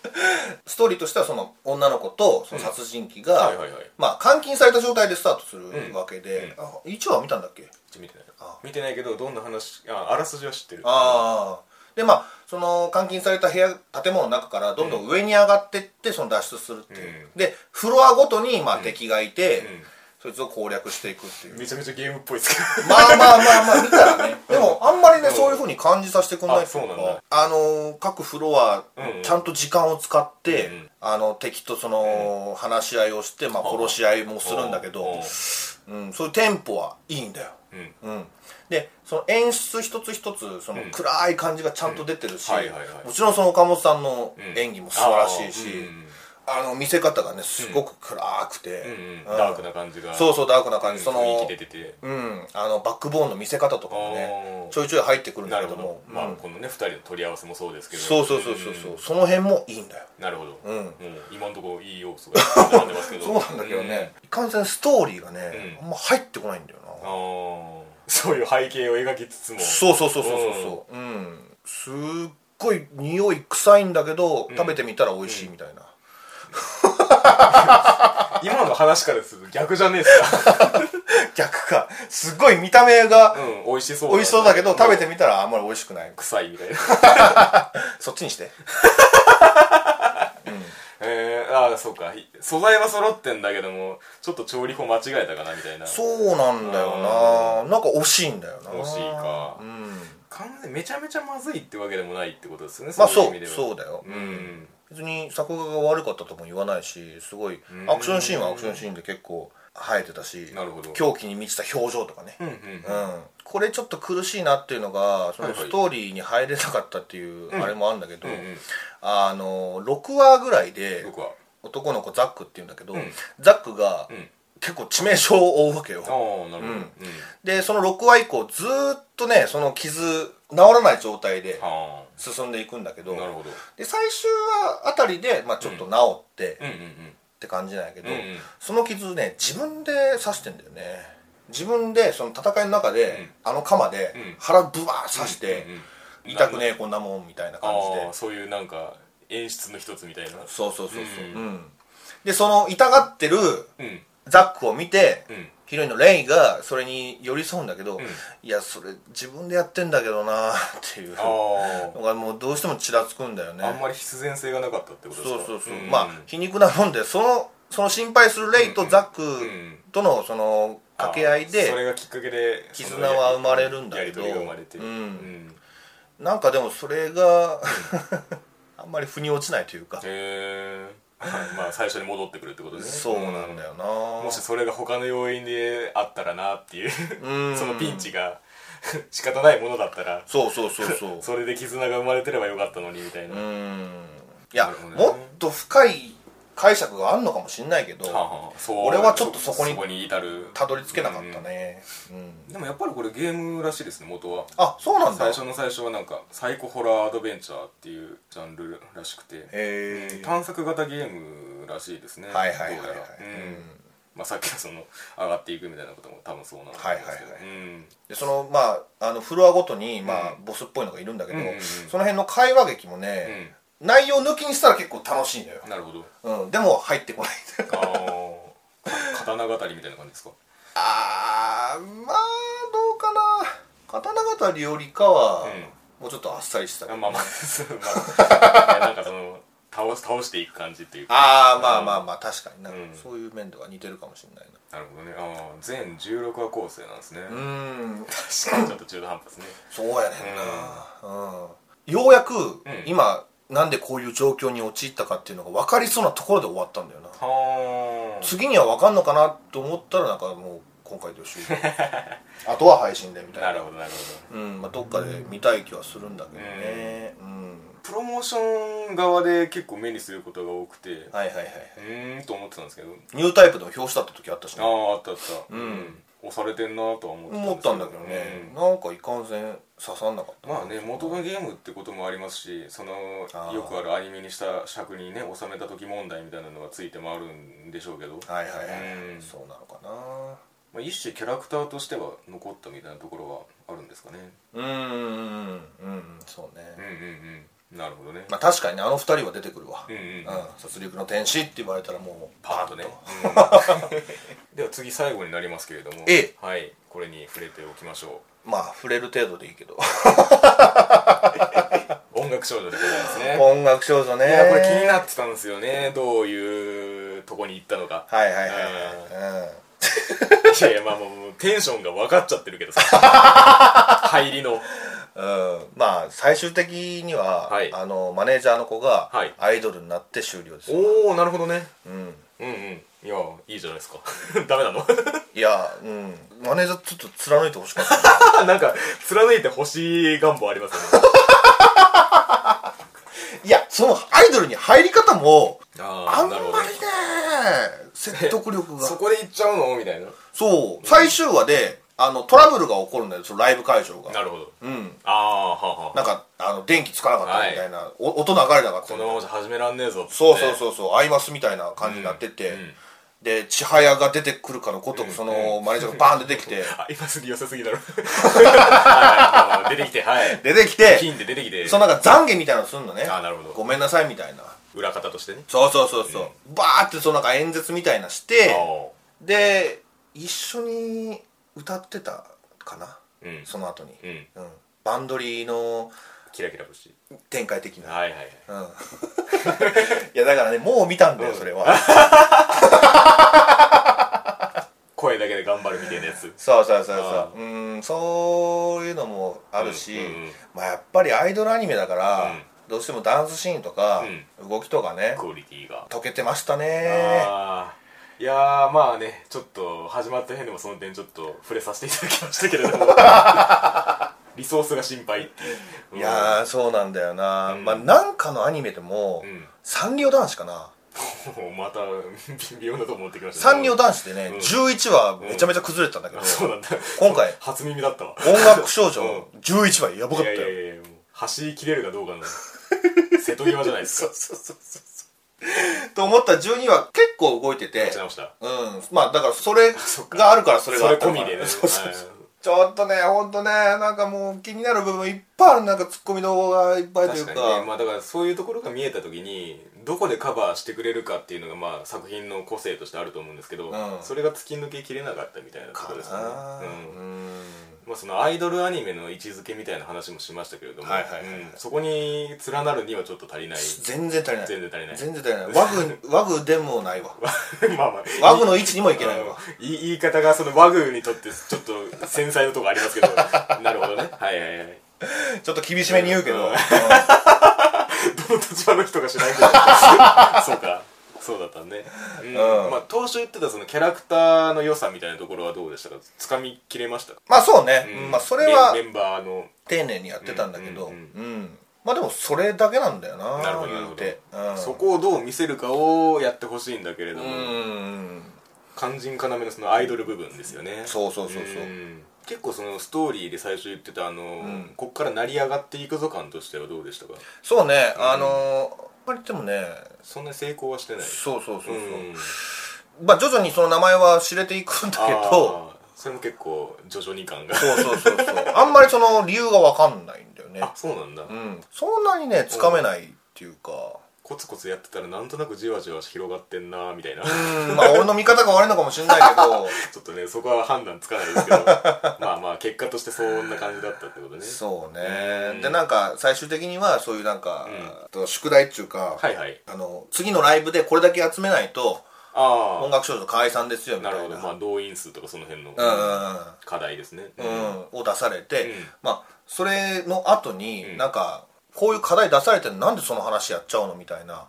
S2: ストーリーとしてはその女の子とその殺人鬼が、
S1: はいはいはい
S2: まあ、監禁された状態でスタートする
S1: うん
S2: わけで、あ一話は見たんだっけ
S1: ちょ見てない
S2: あ
S1: 見てないけどどんな話ああらすじは知ってる
S2: ああでまあその監禁された部屋建物の中からどんどん上に上がってってその脱出するっていう、
S1: うん
S2: でフロアごとにまあ敵がいて、
S1: ん
S2: そいつを攻略していくっていう
S1: めちゃめちゃゲームっぽいですけど
S2: まあまあまあまあ見たらねでもあんまりね、そういうふうに感じさせてくんないってい
S1: あそうなんだ
S2: あのー各フロア、
S1: うんうん
S2: ちゃんと時間を使って、
S1: うん
S2: あの敵とその、話し合いをして、まあ、殺し合いもするんだけ
S1: おうお
S2: ど
S1: う、
S2: うん、そういうテンポはいいんだよ
S1: うん
S2: うん、でその演出一つ一つその
S1: うん
S2: 暗い感じがちゃんと出てるし、
S1: うんはいはいはい
S2: もちろんその岡本さんの
S1: うん
S2: 演技も素晴らしいし、あ,、の見せ方がねすごく暗く
S1: あー
S2: て
S1: うん、うんうんうん
S2: うん
S1: ダークな感じが
S2: そう
S1: そ
S2: そうダークな感じ、そ
S1: 雰囲
S2: の
S1: 気出てて
S2: うん、あのバックボーンの見せ方とかもね
S1: おー
S2: ちょいちょい入ってくるんだ
S1: な
S2: け
S1: る
S2: ど
S1: ほ
S2: も
S1: ど、
S2: うん
S1: まあこのね二人の取り合わせもそうですけど
S2: そうそうそうそうそう、
S1: ん
S2: その辺もいいんだよ
S1: なるほど、
S2: ん
S1: もう今のところいい要素が並んでますけど
S2: [LAUGHS] そうなんだけどね、いかんせんストーリーがね、
S1: うん
S2: あんま入ってこないんだよ
S1: うん
S2: な
S1: あーそういう背景を描きつつも
S2: そうそうそうそうそうそううんすっごい匂い臭いんだけど食べてみたら美味しいみたいな、
S1: 今の話からすると逆じゃねえ
S2: [LAUGHS]
S1: ですか、
S2: 逆かすっごい見た目が
S1: うん、美味しそう
S2: 美味しそうだけど食べ
S1: て
S2: てみたらあんまり美味しくない
S1: 臭いみたいな
S2: そっちにして
S1: えー、ああそうか素材は揃ってんだけどもちょっと調理法間違えたかなみたいな
S2: そうなんだよななんか惜しいんだよな
S1: 惜しいか
S2: うん
S1: 完全めちゃめちゃまずいってわけでもないってことですね
S2: まあ
S1: い
S2: そ
S1: 意味で
S2: う
S1: は
S2: そうだよ、
S1: うん
S2: 別に作画が悪かったとも言わないしすごい
S1: ん
S2: アクションシーンはアクションシーンで結構生えてたし
S1: なるほど
S2: 狂気に満ちた表情とかね、
S1: うんうん
S2: うん、これちょっと苦しいなっていうのがそ
S1: は
S2: の
S1: いはい
S2: ストーリーに入れなかったっていうあれもあるんだけど、
S1: うんうん
S2: あの6話ぐらいで
S1: 僕は
S2: 男の子ザックっていうんだけど、
S1: ん
S2: ザックが
S1: うん
S2: 結構致命傷を負うわけよ、
S1: ああなるほど、うん
S2: でその6話以降ずーっとねその傷治らない状態で
S1: あ
S2: 進んでいくんだけど
S1: あなるほど
S2: で最終話あたりで、まあ、ちょっと治って、
S1: う
S2: っ
S1: んうんうん
S2: て感じなんやけど、
S1: うんうん
S2: その傷ね自分で刺してんだよね自分でその戦いの中で、あの鎌で
S1: うん
S2: 腹ブワー刺して、
S1: うんうん
S2: 痛くねえこんなもんみたいな感じ
S1: あ
S2: で
S1: あそういうなんか演出の一つみたいな
S2: そうそうそうそう、う
S1: うん
S2: でその痛がってる
S1: うん
S2: ザックを見て、
S1: うん
S2: ヒロインのレイがそれに寄り添うんだけど、
S1: ん
S2: いやそれ自分でやってんだけどなっていうの
S1: あ
S2: がもうどうしてもちらつくんだよね
S1: ああんまり必然性がなかったってことですか
S2: そうそうそう、
S1: んん
S2: まあ皮肉なもんでそのその心配するレイとザッ
S1: う
S2: ク
S1: ん
S2: とのその掛け合い
S1: あそれ
S2: で
S1: がきっかけで
S2: 絆は生まれるんだけど
S1: やり取りが生まれて
S2: うん
S1: ん
S2: なんかでもそれが [LAUGHS] あんまり腑に落ちないというか
S1: へえまあ最初に戻ってくるってことです
S2: そ
S1: ね
S2: うなんだよな
S1: もしそれが他の要因であったらなっていう
S2: うん
S1: そのピンチが仕方ないものだったら
S2: そうそうそうそう
S1: [LAUGHS] それで絆が生まれてればよかったのにみたいな、
S2: う
S1: は
S2: んいや、
S1: なるほどね
S2: もっと深い解釈があるのかもしれないけど
S1: あはあそう
S2: 俺はちょっとそこに
S1: そこに至る
S2: たどり着けなかったね、うん
S1: うんでもやっぱりこれゲームらしいですね元は
S2: あそうなんだ
S1: 最
S2: へ
S1: 初の最初はなんかサイコホラーアドベンチャーっていうジャンルらしくて
S2: え
S1: 探索型ゲームらしいですね
S2: はいはいはいはい
S1: どうやらうんまあ、さっきのその上がっていくみたいなことも多分そうなんですけど、
S2: はいはいはい
S1: うん
S2: でそのまああのフロアごとに、まあボスっぽいのがいるんだけど、
S1: うんうんうん
S2: その辺の会話劇もね、内容抜きにしたら結構楽しいんだよ
S1: うん、なるほど
S2: うん、でも入ってこない
S1: [LAUGHS] ああ刀語りみたいな感じですか
S2: あーまあどうかな刀語りよりかは、もうちょっとあっさりした
S1: あ
S2: あ
S1: まあ [LAUGHS] まあ、そうまあ、いやなんかその倒す倒していく感じっていうか
S2: あーまあまあまあ確かにな、
S1: うん
S2: そういう面では似てるかもしれない
S1: な
S2: な
S1: るほどねああ全16話構成なんですね
S2: うーん
S1: 確かにちょっと中途半端ですね
S2: そうやねんな、うんようやく、
S1: ん
S2: 今なんでこういう状況に陥ったかっていうのが分かりそうなところで終わったんだよな
S1: はあ
S2: 次には分かんのかなと思ったらなんかもう今回で [LAUGHS] 終了あとは配信でみたいな
S1: なるほどなるほど
S2: うんまあ、どっかで見たい気はするんだけどねうん、
S1: プロモーションン側で結構目にすることが多くて、
S2: はいはいはいう
S1: ーんと思ってたんですけど
S2: ニュータイプでも表したった時あったし
S1: あ
S2: ね
S1: ああったあった、
S2: うん
S1: 押されてんなとは思って
S2: 思ったんだけどね、
S1: うん
S2: なんかいかんせん刺さんなかった
S1: まあね元がゲームってこともありますしその
S2: あー
S1: よくあるアニメにした尺にね収めた時問題みたいなのがついて回るんでしょうけど、
S2: はいはいはい、
S1: うん
S2: そうなの
S1: まあ、一種キャラクターとしては残ったみたいなところはあるんですかね
S2: かなうんうんうんうんそうね、
S1: うんうんうんなるほどね、
S2: まあ確かにねあの二人は出てくるわ、
S1: うんうんうん
S2: 殺戮の天使って言われたらもう
S1: パートね、うん [LAUGHS] では次最後になりますけれども
S2: ええ
S1: はいこれに触れておきましょ
S2: まあ触れる程度でいいけど
S1: う音楽少女でございますね
S2: 音楽少女ね
S1: いやこれ気になってたんですよねどういうとこに行ったのか
S2: はいはいはい、うん
S1: いやいやまあもうもうテンションが分かっちゃってるけ [LAUGHS] どさ入りの
S2: うんまあ最終的には、
S1: はい
S2: あのマネージャーの子が
S1: はい
S2: アイドルになって終了です、
S1: おおなるほどね
S2: うん、
S1: うんうんいやいいじゃないですか [LAUGHS] ダメなの
S2: いや、うん、マネージャーちょっと貫いてほしかった
S1: なんか貫いてほしい願望ありますよね
S2: [LAUGHS] いやそのアイドルに入り方も
S1: あ
S2: あ
S1: ー
S2: んまりね説得力が
S1: そこで行っちゃうのみたいな
S2: そう最終話であのトラブルが起こるんだよそのライブ会場が
S1: なるほど
S2: うん
S1: ああはあはあ
S2: なんかあの電気つかなかったみたいな、お音流れなかっ
S1: こ
S2: たみた
S1: の
S2: いな
S1: ままじゃ始めらんねえぞっつって
S2: そうそうそうそうアイマスみたいな感じになってて、
S1: うん
S2: で千早が出てくるかのごとくそのマネージャーがバーン出てきて
S1: あ今すぐ寄せすぎだろはいまあ出てきてはい
S2: 出てきて
S1: 金で出てきて
S2: そのなんか懺悔みたいなのすんのね
S1: あなるほど
S2: ごめんなさいみたいな
S1: 裏方としてね
S2: そうそうそうそう、バーってそのなんか演説みたいなして
S1: あ
S2: で一緒に歌ってたかな、
S1: ーうん
S2: その後に、
S1: うん
S2: うんバンドリーの
S1: キラキラ星
S2: 展開的な、
S1: はいはいはい
S2: うんいやだからねもう見たんだよそれは、
S1: 声だけで頑張るみたいなやつ
S2: そうそうそうそううんそういうのもあるし、
S1: うんうんうん
S2: まあやっぱりアイドルアニメだから、
S1: うん
S2: どうしてもダンスシーンとか、動きとかね
S1: クオリティが
S2: 溶けてましたね
S1: あーいやーまあねちょっと始まった辺でもその点ちょっと触れさせていただきましたけれど
S2: [LAUGHS]
S1: もリソースが心配っていう、うん
S2: いやーそうなんだよな、
S1: うん
S2: まあなんかのアニメでも、
S1: うん
S2: サンリオ男子かな
S1: もうまた微妙なとこ持ってきました
S2: サンリオ男子でね、
S1: うん
S2: 11話めちゃめちゃ崩れてたんだけど、
S1: あそうなんだ
S2: 今回
S1: 初耳だったわ
S2: 音楽少女11話やばか
S1: い
S2: った
S1: や
S2: よ
S1: いやいやもう走り切れるかどうかの瀬戸際じゃないです
S2: そう [LAUGHS]
S1: か
S2: そうそうそうと思ったら12話結構動いてて
S1: 立ち直した
S2: うんまあだからそれがあるからそれがあったのか
S1: それ込みでね
S2: [LAUGHS] そうそうそう
S1: はい
S2: ちょっとねほんとねなんかもう気になる部分いっぱいあるなんかツッコミの方がいっぱいという
S1: 確
S2: か
S1: かにねまあだからそういうところが見えた時にどこでカバーしてくれるかっていうのがまあ作品の個性としてあると思うんですけど、
S2: うん
S1: それが突き抜けきれなかったみたいなとこ
S2: か
S1: ろですね
S2: な
S1: うん
S2: うん
S1: まあ、そのアイドルアニメの位置づけみたいな話もしましたけれども、
S2: はいはいはいはい
S1: うんそこに連なるにはちょっと足り
S2: [LAUGHS]
S1: ない
S2: 全然足りない
S1: 全然足りない
S2: 全然足りない和
S1: [LAUGHS]
S2: 具和具でもないわ
S1: まあまあ
S2: 和具の位置にもいけないわ
S1: うんい言い方がその和グにとってちょっと繊細なとこありますけど
S2: [LAUGHS]
S1: なるほどねはいはいはい
S2: ちょっと厳しめに言うけど、
S1: うん
S2: うん
S1: どの立場の人がし
S2: [LAUGHS]
S1: ないんだそうかそうだったね、うん
S2: うん
S1: まあ当初言ってたそのキャラクターの良さみたいなところはどうでしたかつかみきれました
S2: まあそうね、
S1: うん
S2: まあそれは
S1: メンメンバーの
S2: 丁寧にやってたんだけど、
S1: う
S2: うん
S1: う
S2: ん
S1: ん
S2: まあでもそれだけなんだよな
S1: なるほどなる
S2: 言
S1: ほ
S2: うて、うん、
S1: そこをどう見せるかをやってほしいんだけれ
S2: う
S1: ども、
S2: ん
S1: 肝心要のそのアイドル部分ですよね
S2: そうそうそうそうん
S1: 結構そのストーリーで最初言ってたあの、
S2: ん
S1: こっから成り上がっていくぞ感としてはどうでしたか
S2: そうね、あのーやっぱりでもね
S1: そんなに成功はしてない
S2: そうそうそうそう、
S1: うん
S2: まあ徐々にその名前は知れていくんだけど
S1: あーそれも結構徐々に感が
S2: そうそうそうそうあんまりその理由がわかんないんだよね
S1: あそうなんだ、
S2: うんそんなにねつかめないっていうか
S1: コツコツやってたらなんとなくじわじわ広がってんなみたいな
S2: うんまあ俺の見方が悪いのかもしれない
S1: [LAUGHS]
S2: けど
S1: ちょっとねそこは判断つかないですけどま
S2: [LAUGHS]
S1: あまあ結果としてそんな感じだったってことね
S2: そう
S1: うん
S2: ねでなんか最終的にはそういうなんか
S1: う、
S2: と宿題っていうか、
S1: はいはい
S2: あの次のライブでこれだけ集めないと音
S1: あ
S2: 楽少女解散ですよ
S1: あ
S2: みた
S1: ないる
S2: な
S1: ほどまあ動員数とかその辺の課題ですね
S2: うんうんうん、うんを出されて、
S1: うん
S2: まあそれの後に、
S1: うん
S2: なんかこういう課題出されてるのなんでその話やっちゃうのみたいな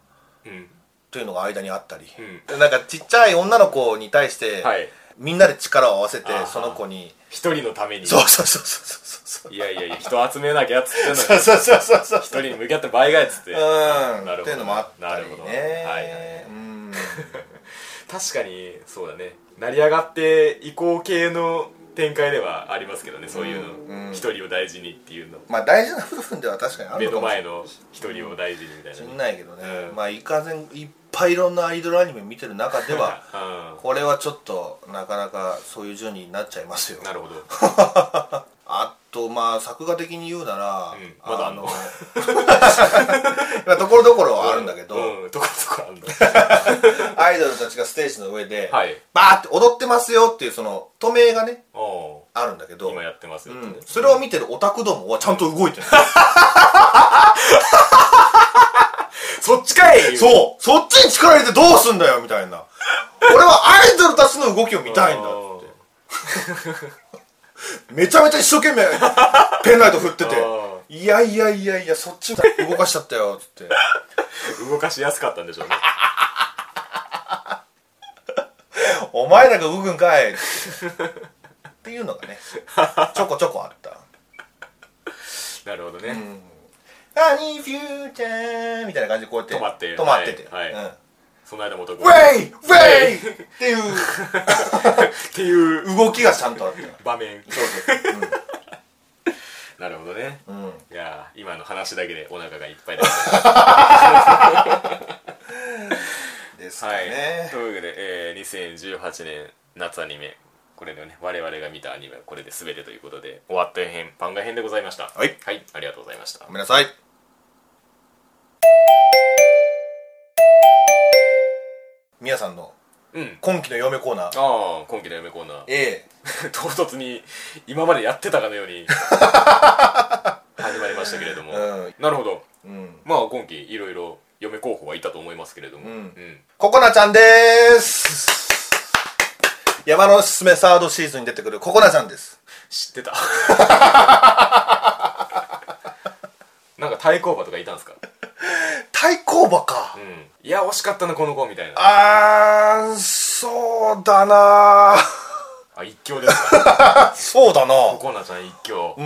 S1: うん
S2: というのが間にあったり、なんかちっちゃい女の子に対して、
S1: はい
S2: みんなで力を合わせて
S1: あー
S2: その子に
S1: 一人のために
S2: そうそうそうそうそうそう
S1: いやいやいや人集めなきゃっつってんのに
S2: そうそうそうそうそう
S1: 一人に向き合って倍がやっつって
S2: うん
S1: なるほど
S2: っていうのもあったりね
S1: なるほどはいはいはい
S2: うん
S1: 確かにそうだね成り上がって移行系の展開ではありますけどねそういう
S2: うんう
S1: の
S2: ん
S1: 一、人を大事にっていうの
S2: まあ大事な部分では確かにあ
S1: 目
S2: る
S1: の
S2: のかもしれな
S1: 前
S2: い
S1: の一人を大事にみたい
S2: 知
S1: なね、
S2: んないけどね、
S1: うん
S2: まあいかんせんいっぱいいろんなアイドルアニメ見てる中で
S1: [LAUGHS]
S2: は
S1: あ
S2: これはちょっとなかなかそういう順位になっちゃいますよ
S1: なるほど
S2: あとまあ作画的に言うなら、
S1: うんまだあんの
S2: [LAUGHS]
S1: [LAUGHS]
S2: まあところどころはあるんだけど、
S1: うん、とこそこあるんだ
S2: [LAUGHS] アイドルたちがステージの上で、
S1: はい
S2: バーって踊ってますよっていうその透明がね
S1: おう
S2: あるんだけど、
S1: 今やってます
S2: う
S1: よ、
S2: ん、それを見てるオタクどもはちゃんと動いてる、
S1: そっちかい
S2: [LAUGHS] そうそっちに力入れてどうすんだよみたいな俺はアイドルたちの動きを見たいんだっつってめちゃめちゃ一生
S1: [LAUGHS]
S2: 懸命ペンライト振ってて
S1: あ
S2: 「いやいやいやいやそっち動かしちゃったよ」
S1: [LAUGHS]
S2: っつって
S1: 動かしやすかったんでし
S2: [LAUGHS]
S1: ょうね
S2: 「お前らが動くんかい」っつってっていうのがねちょこちょこあ
S1: [LAUGHS]
S2: った
S1: なるほどね、
S2: 「ハニーフューチャー」みたいな感じでこうやって
S1: 止まって
S2: 止まってて、
S1: はいはい
S2: うん
S1: その間も男
S2: ウェイウェ [LAUGHS] イっていう
S1: っていう
S2: 動きがちゃんとあった
S1: 場面
S2: そうそう
S1: [LAUGHS] なるほどね、
S2: うん、うん
S1: いやー今の話だけでお腹がいっぱいです
S2: [LAUGHS] ですか
S1: はい、
S2: ね、
S1: というわけで、えー2018年夏アニメこれのね我々が見たアニメはこれで全てということで終わった編番外編でございました
S2: はい
S1: はい、ありがとうございました
S2: ごめんなさいみやさんの
S1: うん
S2: 今期の嫁コーナー
S1: ああ今期の夢コーナ [LAUGHS] ー
S2: A
S1: 唐突に今までやってたかのよう [LAUGHS] に始まりましたけれども、
S2: うん
S1: なるほど
S2: うん
S1: まあ今期いろいろ嫁候補はいたと思いますけれども、
S2: うんココナちゃんでーす山のすすめサードシーズンに出てくるココナちゃんです
S1: 知ってた [LAUGHS] なんか対抗馬とかいたんですか、
S2: 対抗馬か、
S1: うん、いや惜しかったなこの子みたいな
S2: あーそうだな
S1: あ一強ですか [LAUGHS]
S2: ーそうだな
S1: ココナちゃん一強
S2: う
S1: へ
S2: ん、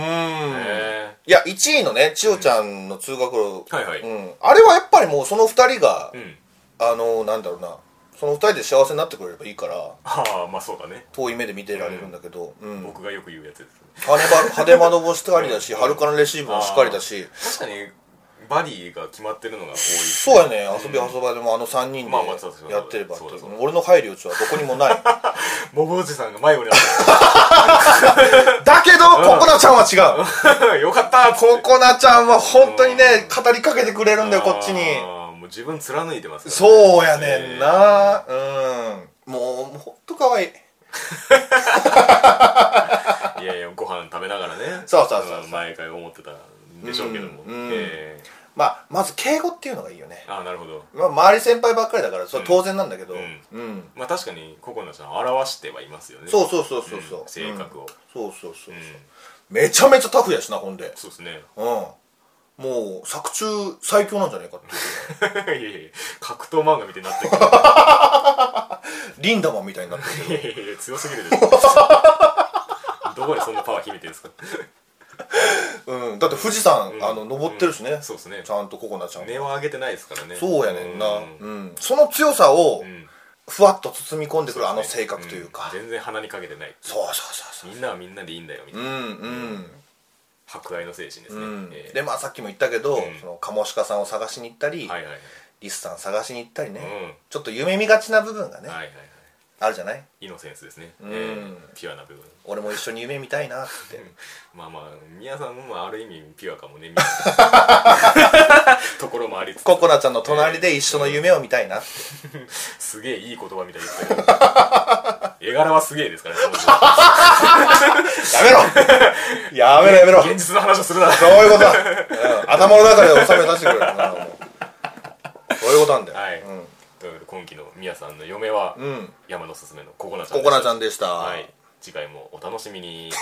S1: え
S2: いや、1位のね、千代ちゃんの通学路、
S1: はいはい
S2: うん、あれはやっぱりもうその2人が、
S1: うん
S2: あの、なんだろうな、その2人で幸せになってくれればいいから、
S1: ああまあそうだね
S2: 遠い目で見てられるんだけど、うん。
S1: 僕がよく言うやつです
S2: 羽ば
S1: [LAUGHS]
S2: 派手窓もしっかりだし、
S1: うん
S2: はるかのレシーブもしっかりだし、
S1: 確かにバディが決まってるのが多い
S2: そうやね、遊び遊ばでもあの3人
S1: まあ松田さん
S2: でやってればって
S1: そうだそうだ
S2: 俺の配慮値はどこに
S1: [LAUGHS]
S2: もない。
S1: [LAUGHS] モブおじさんが迷子になっ
S2: だけど、ココナちゃんは違う。
S1: た [LAUGHS] よかったこ
S2: ココナちゃんは本当にね、語りかけてくれるんだよ、こっちに。
S1: もう自分貫いてますからね
S2: そうやねんな、うん。もう、もうほんとかわいい。
S1: いやいやご飯食べながらね
S2: そうそうそうそうん
S1: 毎回思ってたんでしょうけども
S2: うんうん
S1: え
S2: まあ、まず敬語っていうのがいいよね
S1: え。ああなるほど
S2: まあ、周り先輩ばっかりだから、それは当然なんだけど、
S1: うん
S2: うん。
S1: まあ確かにココナちゃん表してはいますよね
S2: そうそうそうそうそう、
S1: うん性格を
S2: うんそうそうそう、
S1: うん
S2: めちゃめちゃタフやしな、ほんで。
S1: そうですね [LAUGHS]
S2: うん。もう、作中最強なんじゃないかっていう。
S1: いやいやいや格闘漫画みたいになってるけど [LAUGHS]
S2: [LAUGHS] リンダマンみたいになってる
S1: いやいやいや強すぎるでしょ [LAUGHS] どこにそんなパワー秘めてるんですか
S2: けど。うん。だって富士山、
S1: うん
S2: あの、登ってるしね。
S1: そうですね
S2: ちゃんとココナちゃん。
S1: 値は上げてないですからね
S2: そうやねんな、
S1: う
S2: うん。
S1: ん
S2: その強さを
S1: う、ん
S2: ふわっと包み込んでくるあの性格というか。
S1: ん全然鼻にかけてない
S2: そうそうそうそう。
S1: みんなはみんなでいいんだよみた
S2: う
S1: いなん
S2: うん
S1: 博愛の精神です
S2: う
S1: ね、
S2: ん
S1: ええ
S2: でまあさっきも言ったけど、
S1: うん
S2: そのカモシカさんを探しに行ったり、
S1: はいはいはい
S2: リスさん探しに行ったりね、
S1: うん
S2: ちょっと夢見がちな部分がね、
S1: はいはいはい
S2: あるじゃない
S1: イノセンスですね、
S2: ん
S1: ええピュアな部分
S2: 俺も一緒に夢見たいなって
S1: まあまあ宮さんもある意味ピュアかもねところもありつつ
S2: ココナちゃんの隣で一緒の夢を見た
S1: [LAUGHS]
S2: いなって、
S1: すげえいい言葉みたいですけど絵柄はすげえですからね
S2: [LAUGHS]
S1: [LAUGHS]
S2: やめろやめろやめろ
S1: 現実の話をするな
S2: そういうことだ、うん頭の中で収め出してくれるなもうそういうことなんだよ、
S1: はい
S2: うん
S1: ということで今期のみやさんの嫁は、
S2: うん
S1: 山のすすめのココナちゃん
S2: ココナちゃ
S1: ん
S2: んでした、
S1: はい次回もお楽しみに